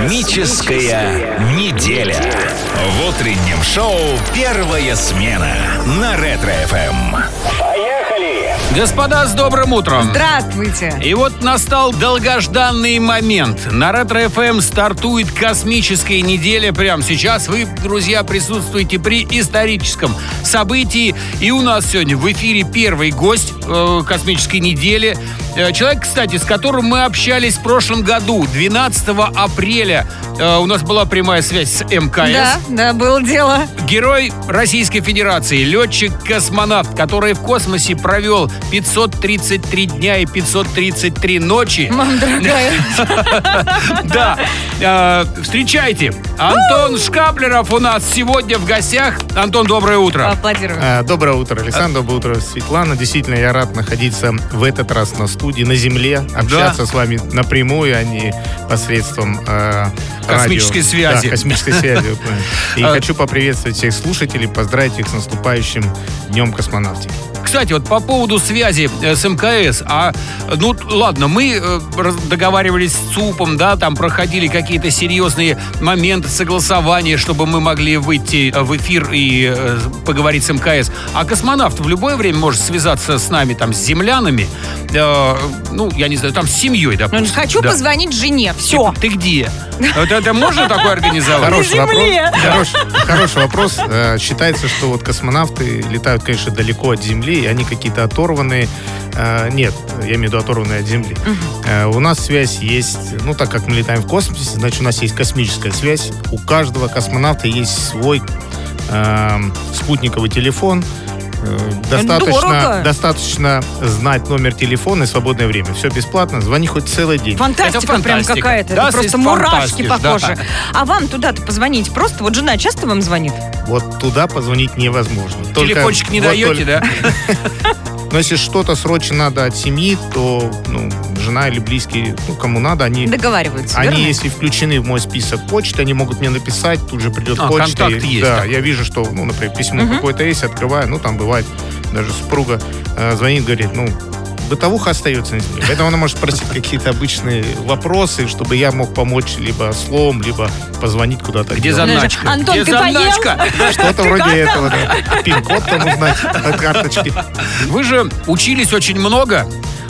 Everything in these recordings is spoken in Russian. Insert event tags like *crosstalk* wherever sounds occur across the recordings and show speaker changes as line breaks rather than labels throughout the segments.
Космическая неделя. В утреннем шоу «Первая смена» на Ретро-ФМ.
Господа, с добрым утром!
Здравствуйте.
И вот настал долгожданный момент. На Ретро-ФМ стартует космическая неделя прямо сейчас. Вы, друзья, присутствуете при историческом событии. И у нас сегодня в эфире первый гость э, космической недели. Э, человек, кстати, с которым мы общались в прошлом году, 12 апреля. Э, у нас была прямая связь с МКС.
Да, да, было дело.
Герой Российской Федерации, летчик-космонавт, который в космосе провел 533 дня и 533 ночи.
Мам, дорогая.
Да, Э, встречайте, Антон Шкаплеров у нас сегодня в гостях. Антон, доброе утро.
Аплодирую.
А, Доброе утро, Александр. Доброе утро, Светлана. Действительно, я рад находиться в этот раз на студии, на земле, общаться с вами напрямую, а не посредством э,
Космической
радио.
связи.
Да, космической связи.
*laughs*
вот, э. И
А.
хочу поприветствовать всех слушателей, поздравить их с наступающим Днем космонавтики.
Кстати, вот по поводу связи э, с МКС, а э, ну т- ладно, мы э, раз- договаривались с ЦУПом, да, там проходили какие-то серьезные моменты согласования, чтобы мы могли выйти э, в эфир и э, поговорить с МКС. А космонавт в любое время может связаться с нами, там, с землянами, э, ну, я не знаю, там, с семьей, допустим.
Ну, Хочу
да.
позвонить жене. Все.
Типа, Ты где? Вот это можно такое организовать?
Хороший вопрос.
земле.
Хороший- Хороший вопрос. Э, Считается, что вот космонавты летают, конечно, далеко от Земли, и они какие-то оторванные. Э, Нет, я имею в виду оторванные от Земли. Э, У нас связь есть, ну, так как мы летаем в космосе, значит, у нас есть космическая связь. У каждого космонавта есть свой эм, спутниковый телефон. Э,
Дорого.
Достаточно, достаточно знать номер телефона и свободное время. Все бесплатно, звони хоть целый день.
Это
Фантастика прям
фантастика.
какая-то.
Да,
Это просто
Сис,
мурашки
фантастиш, да.
похожи. А вам туда-то позвонить? Просто вот жена часто вам звонит?
Вот туда позвонить невозможно. Только-
Телефончик не
вот *laughs*
даете, да?
Но Ну, если что-то срочно надо от семьи, то ну, жена или близкие, ну, кому надо, они,
Договариваются,
они
верно?
если включены в мой список почты, они могут мне написать, тут же придет
А,
почта.
контакт есть,
да,
да.
я вижу, что, ну, например, письмо
Мгм.
какое-то есть, открываю, ну, там бывает, даже супруга э, звонит, говорит, ну, бытовуха остается на земле. Поэтому она может спросить какие-то обычные вопросы, чтобы я мог помочь либо словом, либо позвонить куда-то.
Где
Дело.
заначка?
Антон,
Где
ты поел?
заначка?
Что-то вроде этого, да. Пин-код там узнать от карточки.
Вы же учились очень много,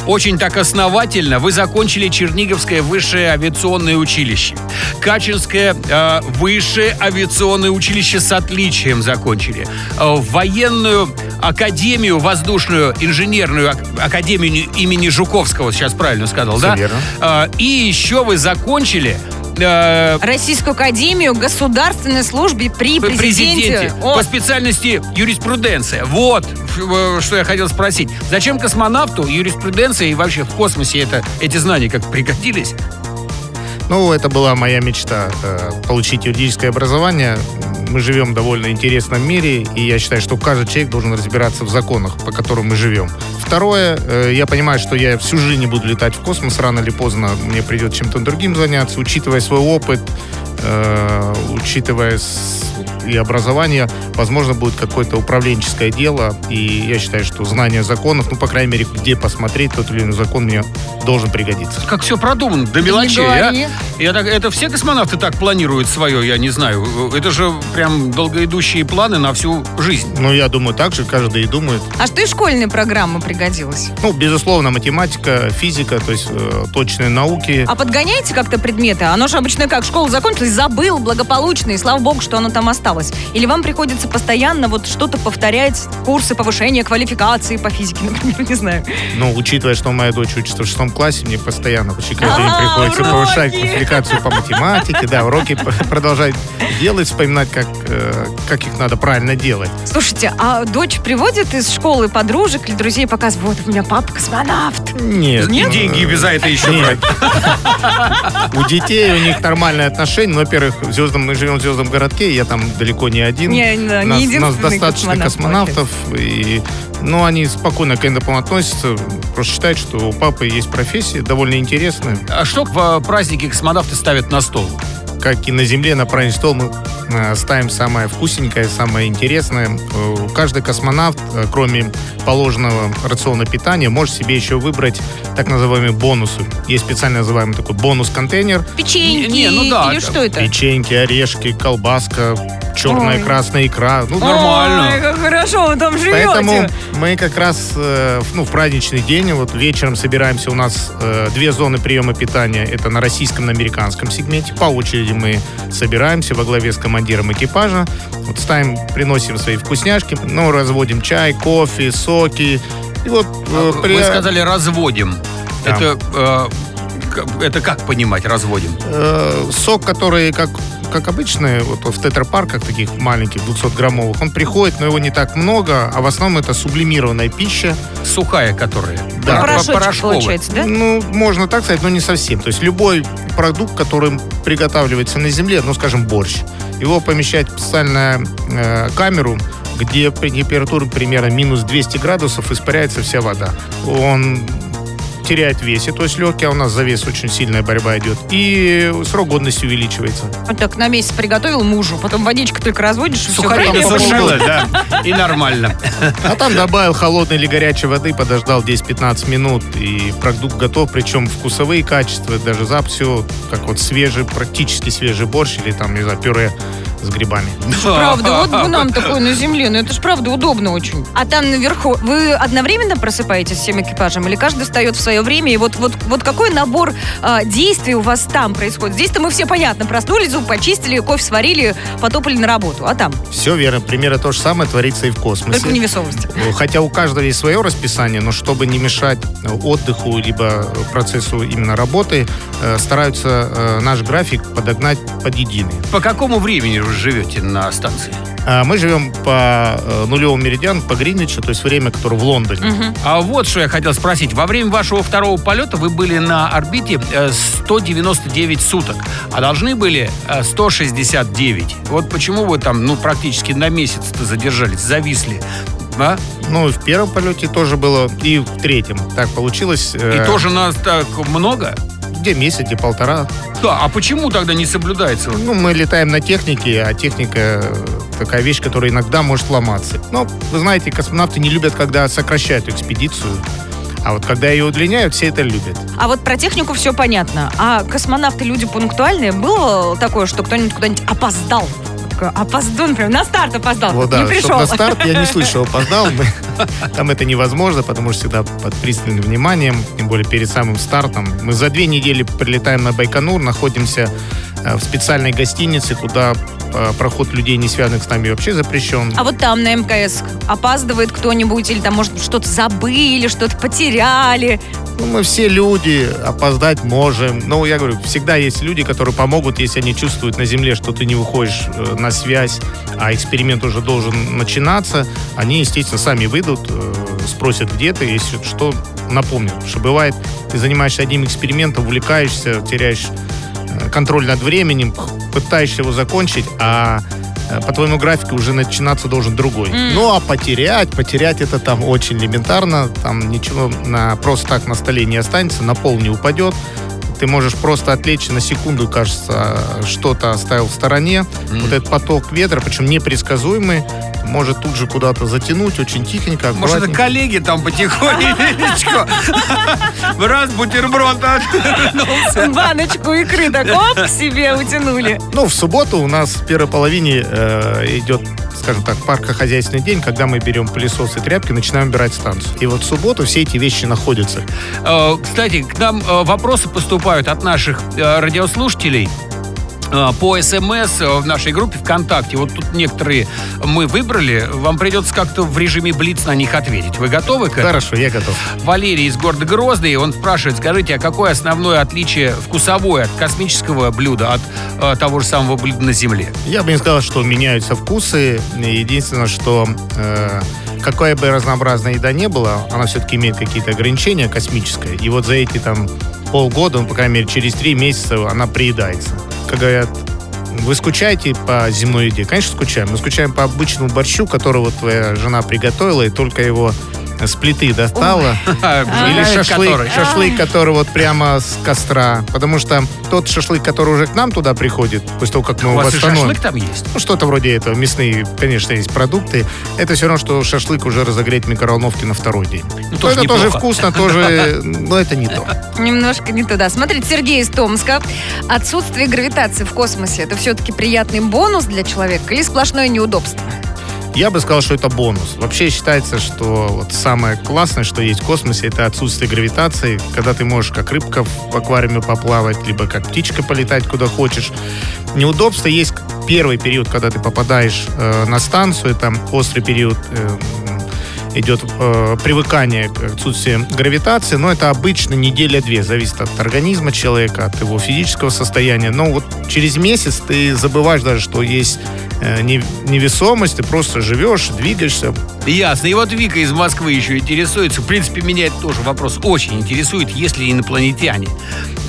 очень так основательно. Вы закончили Черниговское высшее авиационное училище. Качинское э, высшее авиационное училище с отличием закончили. Э, военную академию воздушную, инженерную ак- академию ни- имени Жуковского, сейчас правильно сказал,
Всё
да?
верно.
Э, и еще вы закончили э,
Российскую академию государственной службе при
П-
президенте. О,
по специальности юриспруденция. Вот ф- э, что я хотел спросить. Зачем космонавту юриспруденция и вообще в космосе это, эти знания как пригодились?
Ну, это была моя мечта э, получить юридическое образование. Мы живем в довольно интересном мире, и я считаю, что каждый человек должен разбираться в законах, по которым мы живем. Второе, э, я понимаю, что я всю жизнь не буду летать в космос, рано или поздно мне придется чем-то другим заняться, учитывая свой опыт, э, учитывая с- и образование, возможно, будет какое-то управленческое дело, и я считаю, что знание законов, ну, по крайней мере, где посмотреть, тот или иной закон мне должен пригодиться.
Как все продумано, до мелочей. а?
говори.
Я так, это все космонавты так планируют свое, я не знаю. Это же прям долгоидущие планы на всю жизнь.
Ну, я думаю, так же каждый и думает.
А что из школьной программы пригодилось?
Ну, безусловно, математика, физика, то есть э, точные науки.
А подгоняете как-то предметы? Оно же обычно как, школу закончилась, забыл благополучно, и слава богу, что оно там осталось. Или вам приходится постоянно вот что-то повторять, курсы повышения квалификации по физике, *laughs* например, не знаю.
Ну, учитывая, что моя дочь учится в шестом классе, мне постоянно почти каждый день
А,
приходится
уроки!
повышать квалификацию по математике, да, уроки п- продолжать делать, вспоминать, как, э, как их надо правильно делать.
Слушайте, а дочь приводит из школы подружек или друзей, показывает, вот у меня папа космонавт.
Нет.
И
э,
деньги без- за это еще
Нет.
брать.
У детей у них нормальные отношения. но, Во-первых, в звездном, мы живем в звездном городке, и я там далеко не один.
Не, да, Э, не
нас,
единственный
нас достаточно
космонавт,
космонавтов. И, ну, они спокойно к эндопам относятся. Просто считают, что у папы есть профессия, довольно интересная.
А что в э, празднике космонавты ставят на стол?
как и на земле, на правильный стол мы э, ставим самое вкусненькое, самое интересное. Э, Каждый космонавт, э, кроме положенного рациона питания, может себе еще выбрать так называемые бонусы. Есть специально называемый такой бонус-контейнер.
Печеньки
Не, ну да, да,
или что это?
Печеньки, орешки, колбаска, черная,
Ой.
красная икра. Ну,
Нормально.
Ой, как хорошо вы там живете.
Поэтому мы как раз э, в- ну, в праздничный день, вот вечером собираемся, у нас э, две зоны приема питания, это на российском, на американском сегменте. По очереди мы собираемся во главе с командиром экипажа, вот ставим, приносим свои вкусняшки, ну, разводим чай, кофе, соки. И вот э, при-
А Вы сказали разводим.
Да.
Это э, к- это как понимать разводим?
э, сок, который как как обычно, вот в тетрапарках таких маленьких, 200-граммовых, он приходит, но его не так много, а в основном это сублимированная пища,
Сухая, которая.
Да.
Пор-
Порошочек
порошковая.
получается, да?
Ну, можно так сказать, но не совсем. То есть любой продукт, который приготавливается на земле, ну, скажем, борщ, его помещать в специальную э, камеру, где при температуре примерно минус 200 градусов испаряется вся вода. Он теряет в весе, то есть легкий, а у нас за вес очень сильная борьба идет. И срок годности увеличивается.
Вот так на месяц приготовил мужу, потом водичка только разводишь, и все
Сухарями
правильно
Потом
пошло.
сушила, да. И нормально.
А там добавил холодной или горячей воды, подождал 10-15 минут, и продукт готов. Причем вкусовые качества, даже запах, все как вот свежий, практически свежий борщ или там, не знаю, пюре с грибами.
Правда,
*laughs*
вот
*laughs*
бы нам такое на земле, но это же правда удобно очень. А там наверху вы одновременно просыпаетесь всем экипажем или каждый встает в свое время? И вот, вот, вот какой набор а, действий у вас там происходит? Здесь-то мы все, понятно, проснулись, зуб почистили, кофе сварили, потопали на работу. А там?
Все верно, примерно то же самое творится и в космосе.
Только невесомость.
Хотя у каждого есть свое расписание, но чтобы не мешать э, отдыху либо э, процессу именно работы, э, стараются э, наш график подогнать под единый.
По какому времени вы живете на станции?
А Мы живем по э, нулевому меридиану, по Гринвичу, то есть время, которое в Лондоне.
А вот что я хотел спросить. Во время вашего второго полета вы были на орбите э, 199 суток, а должны были э, 169. Вот почему вы там, ну, практически на месяц задержались, зависли. а?
Ну, и в первом полете тоже было, и в третьем. Так получилось. э,
И тоже нас так много?
Где месяц, где полтора.
Да, а почему тогда не соблюдается?
Ну, мы летаем на технике, а техника э, такая вещь, которая иногда может ломаться. Но, вы знаете, космонавты не любят, когда сокращают экспедицию. А вот когда ее удлиняют, все это любят.
А вот про технику все понятно. А космонавты люди пунктуальные? Было такое, что кто-нибудь куда-нибудь опоздал? Такое, Опоздун прям, на старт опоздал,
Вот,
А, не
да, чтоб
пришел.
на старт я не
*laughs*
слышал, опоздал. мы. Там это невозможно, потому что всегда под пристальным вниманием, тем более перед самым стартом. Мы за две недели прилетаем на Байконур, находимся э, в специальной гостинице, куда э, проход людей, не связанных с нами, вообще запрещен.
А вот там на МКС опаздывает кто-нибудь, или там, может, что-то забыли, что-то потеряли.
Ну, мы все люди, опоздать можем. Но я говорю, всегда есть люди, которые помогут, если они чувствуют на земле, что ты не выходишь э, на связь, а эксперимент уже должен начинаться. Они, естественно, сами выйдут, э, спросят, где ты, если что, напомнят. Потому Что бывает, ты занимаешься одним экспериментом, увлекаешься, теряешь э, контроль над временем, х- пытаешься его закончить, а э, по твоему графику уже начинаться должен другой.
М.
Ну а потерять, потерять это там очень элементарно, там ничего на, просто так на столе не останется, на пол не упадет. Ты можешь просто отвлечь на секунду, кажется, э, что-то оставил в стороне.
М.
Вот этот поток ветра, причем непредсказуемый, может тут же куда-то затянуть, очень тихонько,
Может, это
аккуратненько.
коллеги там потихонечку. *laughs* Раз бутерброд а? отвернулся.
*laughs* Баночку икры так оп, к себе утянули.
Ну, в субботу у нас в первой половине э, идет, скажем так, паркохозяйственный день, когда мы берем пылесос и тряпки, начинаем убирать станцию. И вот в субботу все эти вещи находятся.
Э, Кстати, к нам э, вопросы поступают от наших э, радиослушателей э, по СМС в нашей группе ВКонтакте. Вот тут некоторые мы выбрали. Вам придется как-то в режиме Блиц на них ответить. Вы готовы к этому?
Хорошо, я готов.
Валерий из города Грозный, он спрашивает, скажите, а какое основное отличие вкусовое от космического блюда, от э, того же самого блюда на Земле?
Я бы не сказал, что меняются вкусы. Единственное, что э, какая бы разнообразная еда не была, она все-таки имеет какие-то ограничения космическое. И вот за эти там полгода, ну, по крайней мере, через три месяца она приедается. Как говорят, вы скучаете по земной еде? Конечно, скучаем. Мы скучаем по обычному борщу, которого твоя жена приготовила, и только его с плиты достала. Или
*laughs* Или А. который.
шашлык, шашлык, который вот прямо с костра. Потому что тот шашлык, который уже к нам туда приходит, после того, как мы
У
его
вас и
восстановим,
шашлык там есть?
ну, что-то вроде этого, мясные, конечно, есть продукты. Это все равно, что шашлык уже разогреть в микроволновке на второй день.
Ну,
Но
тоже
это тоже
неплохо.
вкусно, тоже, но это не то.
Немножко не туда. Смотрите, Сергей из Томска. Отсутствие гравитации в космосе – это все-таки приятный бонус для человека или сплошное неудобство?
Я бы сказал, что это бонус. Вообще считается, что вот самое классное, что есть в космосе, это отсутствие гравитации, когда ты можешь как рыбка в аквариуме поплавать, либо как птичка полетать куда хочешь. Неудобство есть первый период, когда ты попадаешь э, на станцию, там острый период э, идет э, привыкание к отсутствию гравитации, но это обычно неделя-две, зависит от организма человека, от его физического состояния. Но вот через месяц ты забываешь даже, что есть э, не- невесомость, ты просто живешь, двигаешься.
Ясно. И вот Вика из Москвы еще интересуется. В принципе, меня это тоже вопрос очень интересует, если инопланетяне.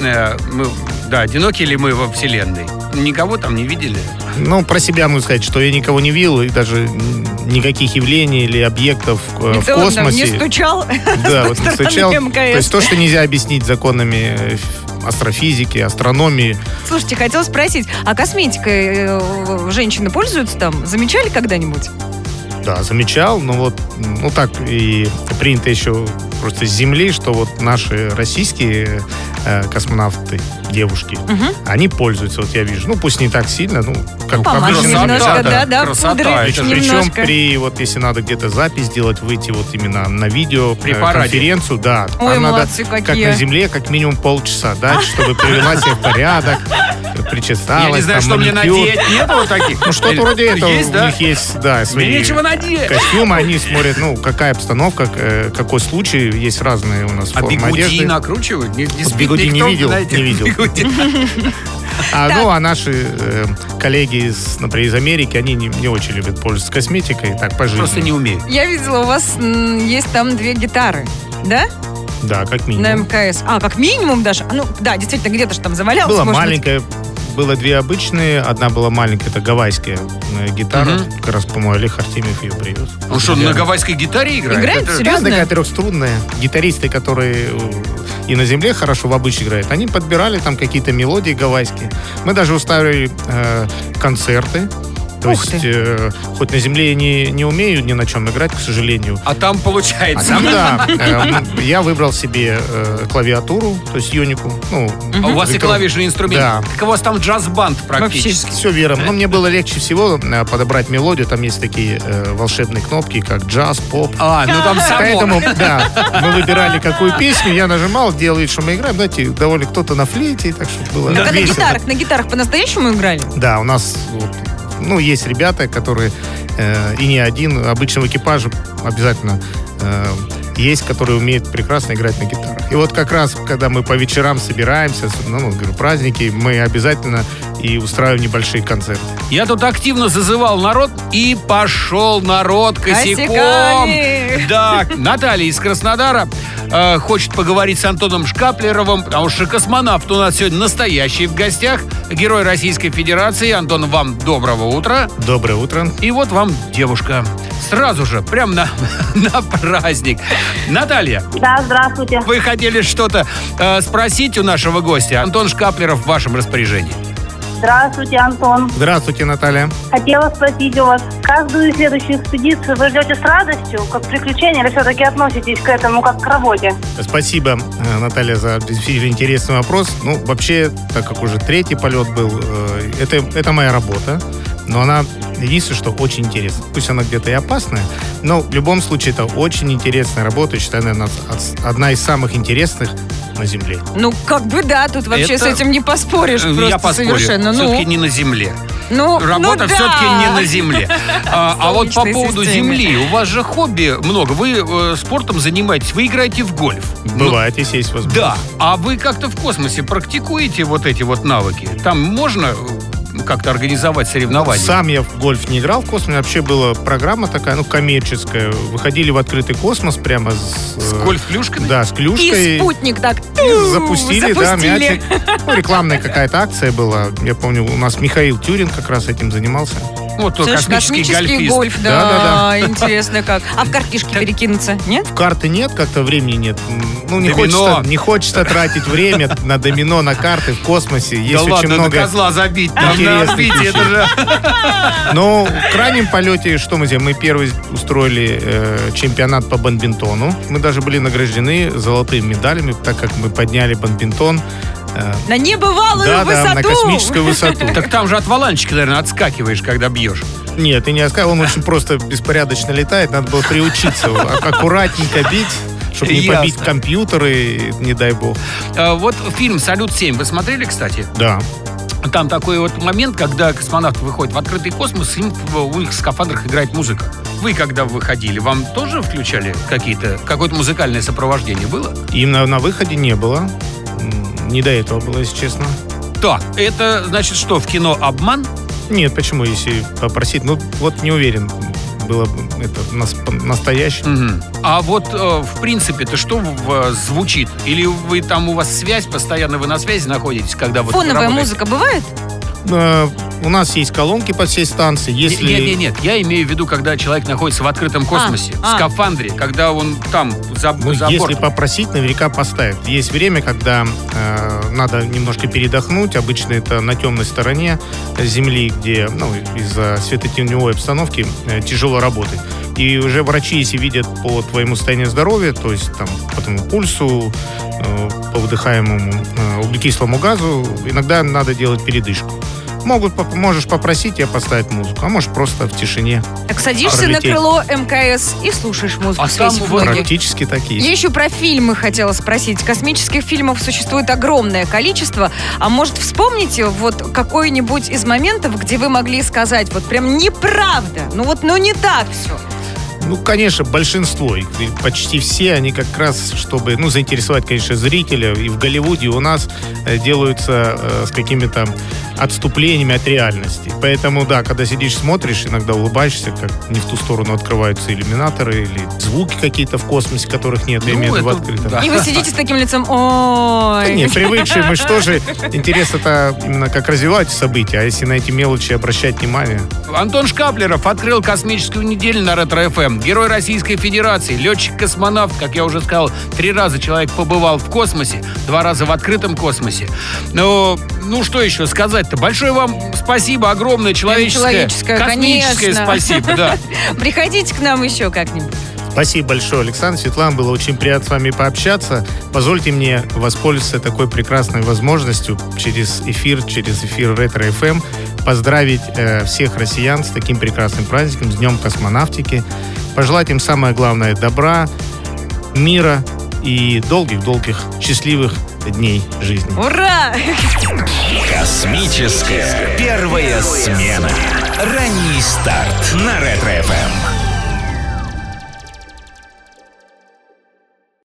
Э, мы- да, одиноки ли мы во Вселенной? Никого там не видели?
Ну, про себя могу сказать, что я никого не видел, и даже м, никаких явлений или объектов э, в
Никто вам там
космосе.
не стучал?
*laughs* Да,
*laughs*
вот
стороны
встречал.
МКС.
То есть то, что нельзя объяснить законами э, ф- астрофизики, астрономии,
Слушайте, хотела спросить, а косметикой э, женщины пользуются там? Замечали когда-нибудь?
Да, замечал, но вот, ну так и принято еще просто с земли, что вот наши российские э, космонавты, девушки,
Мгм.
они пользуются, вот я вижу, ну пусть не так сильно, ну как
Помады
обычно.
красота,
немножко,
да,
да, да,
красота.
пудры
А,
Причем, причем
немножко.
при, вот если надо где-то запись делать, выйти вот именно на видео,
При
э,
параде.
конференцию, да,
Ой,
там надо
молодцы
как
какие.
на земле, как минимум полчаса, да, чтобы привела себя в
*laughs*
порядок, причесалась.
Я не знаю,
там,
что мне
маникюр.
надеть. Нет вот таких? Э,
Ну что-то вроде этого.
Есть,
у
да?
них есть, да,
Мне
свои
нечего надеть.
костюмы, они смотрят, ну, какая обстановка, э, какой случай, есть разные у нас
А
формы
бигуди
одежды.
накручивают? Не, не спит
бигуди не
никто,
видел,
знаете,
не видел.
бигуди.
А, ну, а наши э, коллеги, из, например, из Америки, они не, не очень любят пользоваться косметикой, так, по жизни.
Просто не умею.
Я видела, у вас м, есть там две гитары, да?
Да, как
На
минимум.
МКС. А, как минимум даже? А, Ну, да, действительно, где-то же там завалялось.
Была
может быть.
маленькая, было две обычные, одна была маленькая, это гавайская э, гитара,
Мгм.
как раз, по-моему, Олег Артемьев ее привез.
Он Ну что, на гавайской гитаре играет?
Играет?
Это-
Да,
Серьезно?
такая трехструнная. Гитаристы, которые э, и на земле хорошо в обычай играют, они подбирали там какие-то мелодии гавайские. Мы даже устраивали э, концерты. То
Ух
есть,
ты.
э, хоть на земле я не, не умею ни на чем играть, к сожалению.
А там
А
получается.
там, да, э, я выбрал себе э, клавиатуру, то есть юнику. Ну,
А у вас и
электро-
клавишный инструмент.
Да.
Так у вас там джаз-банд практически.
Все верно. Но мне было легче всего э, подобрать мелодию. Там есть такие э, волшебные кнопки, как джаз, поп.
А, ну там само.
Поэтому, да, мы выбирали, какую песню, я нажимал, делал вид, что мы играем. Знаете, довольно кто-то на флейте, и так что было
Так а на
весело.
гитарах, на гитарах по-настоящему играли?
Да, у нас вот, ну, есть ребята, которые э, и не один, обычного экипажа обязательно э, есть, которые умеют прекрасно играть на гитарах. И вот как раз, когда мы по вечерам собираемся, особенно, ну, говорю, праздники, мы обязательно и устраиваем небольшие концерты.
Я тут активно зазывал народ, и пошел народ косяком.
Косяками.
Да, Наталья из Краснодара э, хочет поговорить с Антоном Шкаплеровым, потому что космонавт у нас сегодня настоящий в гостях, герой Российской Федерации. Антон, вам доброго утра.
Доброе утро.
И вот вам девушка. Сразу же, прям на, *laughs* на праздник. Наталья,
Да, здравствуйте.
вы хотели что-то э, спросить у нашего гостя. Антон Шкаплеров в вашем распоряжении.
Здравствуйте, Антон.
Здравствуйте, Наталья.
Хотела спросить у вас, каждую следующую экспедицию вы ждете с радостью, как приключение, или все-таки относитесь к этому как к работе?
Спасибо, э, Наталья, за действительно интересный вопрос. Ну, вообще, так как уже третий полет был, э, это, это моя работа, но она единственное, что очень интересна. Пусть она где-то и опасная, но в любом случае это очень интересная работа, и считаю, наверное, одна из самых интересных на Земле.
Ну, как бы да, тут вообще
Это-
с этим не поспоришь
Э,
просто
Я поспорю,
совершенно. Ну,
все-таки не на земле.
ну,
Работа
ну да.
все-таки не на земле. А, а вот по
Солнечной
поводу
системе.
земли, у вас же хобби много. Вы э, спортом занимаетесь, вы играете в гольф. Ну,
Бывает, если есть возможность.
да, а вы как-то в космосе практикуете вот эти вот навыки? Там можно э, как-то организовать соревнования?
Сам я в гольф не играл в космос. Вообще была программа такая, ну, коммерческая. Выходили в открытый космос прямо с...
С
э,
гольф-клюшками?
Да, с клюшкой.
И спутник так.
И
тю,
запустили, да,
запустили.
мячик. Ну, рекламная какая-то акция была. Я помню, у нас Михаил Тюрин как раз этим занимался.
вот
Слушай,
космический, гольфист. Э.
гольф, да,
Да-да-да.
интересно как. А в картишки перекинуться, нет?
Карты нет, как-то времени нет. М, Ну, не
Домино.
хочется, не хочется тратить время на домино, на карты в космосе. Есть
да
очень
ладно,
много.
на козла забить. Там на
интересных
орбите, это
вещей.
же... *laughs*
Но Ну, в крайнем полете, что мы сделали? Мы первый устроили э, чемпионат по бадминтону. Мы даже были награждены золотыми медалями, так как мы подняли бадминтон э,
На небывалую
да,
высоту!
да, на космическую высоту.
Так там же от валанчика, наверное, отскакиваешь, когда бьешь.
Нет, ты не рассказывай, он очень просто беспорядочно летает, надо было приучиться его ак- аккуратненько бить, чтобы не
Ясно.
побить компьютеры, не дай бог.
Э, Вот фильм «Салют-7» вы смотрели, кстати?
Да.
Там такой вот момент, когда космонавт выходит в открытый космос, им в- у них в скафандрах играет музыка. Вы когда выходили, вам тоже включали какие-то, какое-то музыкальное сопровождение было?
Им на, на выходе не было. М, Не до этого было, если честно.
Так, это значит что, в кино обман?
Нет, почему, если попросить? Ну, вот не уверен, было бы это нас- настоящее.
Мгм. А вот, э, в принципе-то, что в- в- звучит? Или вы там, у вас связь, постоянно вы на связи находитесь, когда вот вы
Фоновая
работаете?
музыка бывает?
Э, У нас есть колонки по всей станции. Если...
Нет, нет, нет, я имею в виду, когда человек находится в открытом космосе, в
а.
скафандре, когда он там, за,
Ну,
за
если
бортом.
попросить, наверняка поставят. Есть время, когда э, надо немножко передохнуть. Обычно это на темной стороне Земли, где ну, из-за светотеневой обстановки э, тяжело работать. И уже врачи, если видят по твоему состоянию здоровья, то есть там, по твоему пульсу, э, по выдыхаемому э, углекислому газу, иногда надо делать передышку. Могут, поп- можешь попросить, я поставить музыку, а можешь просто в тишине.
Так садишься на
Пролететь.
крыло мкс и слушаешь музыку.
А
в свете
там
флаги.
Окей. вот-
Практически так и есть.
Я еще про фильмы хотела спросить. Космических фильмов существует огромное количество. А может, вспомните вот какой-нибудь из моментов, где вы могли сказать, вот прям неправда, ну вот, ну не так все.
Ну, конечно, большинство, и почти все, они как раз, чтобы, ну, заинтересовать, конечно, зрителя. И в Голливуде у нас э, делаются э, с какими-то отступлениями от реальности. Поэтому, да, когда сидишь, смотришь, иногда улыбаешься, как не в ту сторону открываются иллюминаторы или звуки какие-то в космосе, которых нет, я
Ну,
имею в виду в
это
открытом.
да.
И вы сидите с таким лицом, ой.
Не, привыкшие мы же тоже. Интерес это именно как развиваются события, а если на эти мелочи обращать внимание.
Антон Шкаплеров открыл космическую неделю на Ретро-ФМ. Герой Российской Федерации, летчик-космонавт, как я уже сказал, три раза человек побывал в космосе, два раза в открытом космосе. Ну, ну что еще сказать-то? Большое вам спасибо, огромное человеческое,
человеческое,
космическое
конечно.
спасибо, да.
Приходите к нам еще как-нибудь.
Спасибо большое, Александр. Светлана, было очень приятно с вами пообщаться. Позвольте мне воспользоваться такой прекрасной возможностью через эфир, через эфир Ретро ФМ поздравить э, всех россиян с таким прекрасным праздником, с Днем космонавтики. Пожелать им самое главное добра, мира и долгих-долгих счастливых дней жизни.
Ура!
Космическая первая смена. Ранний старт на Ретро-ФМ.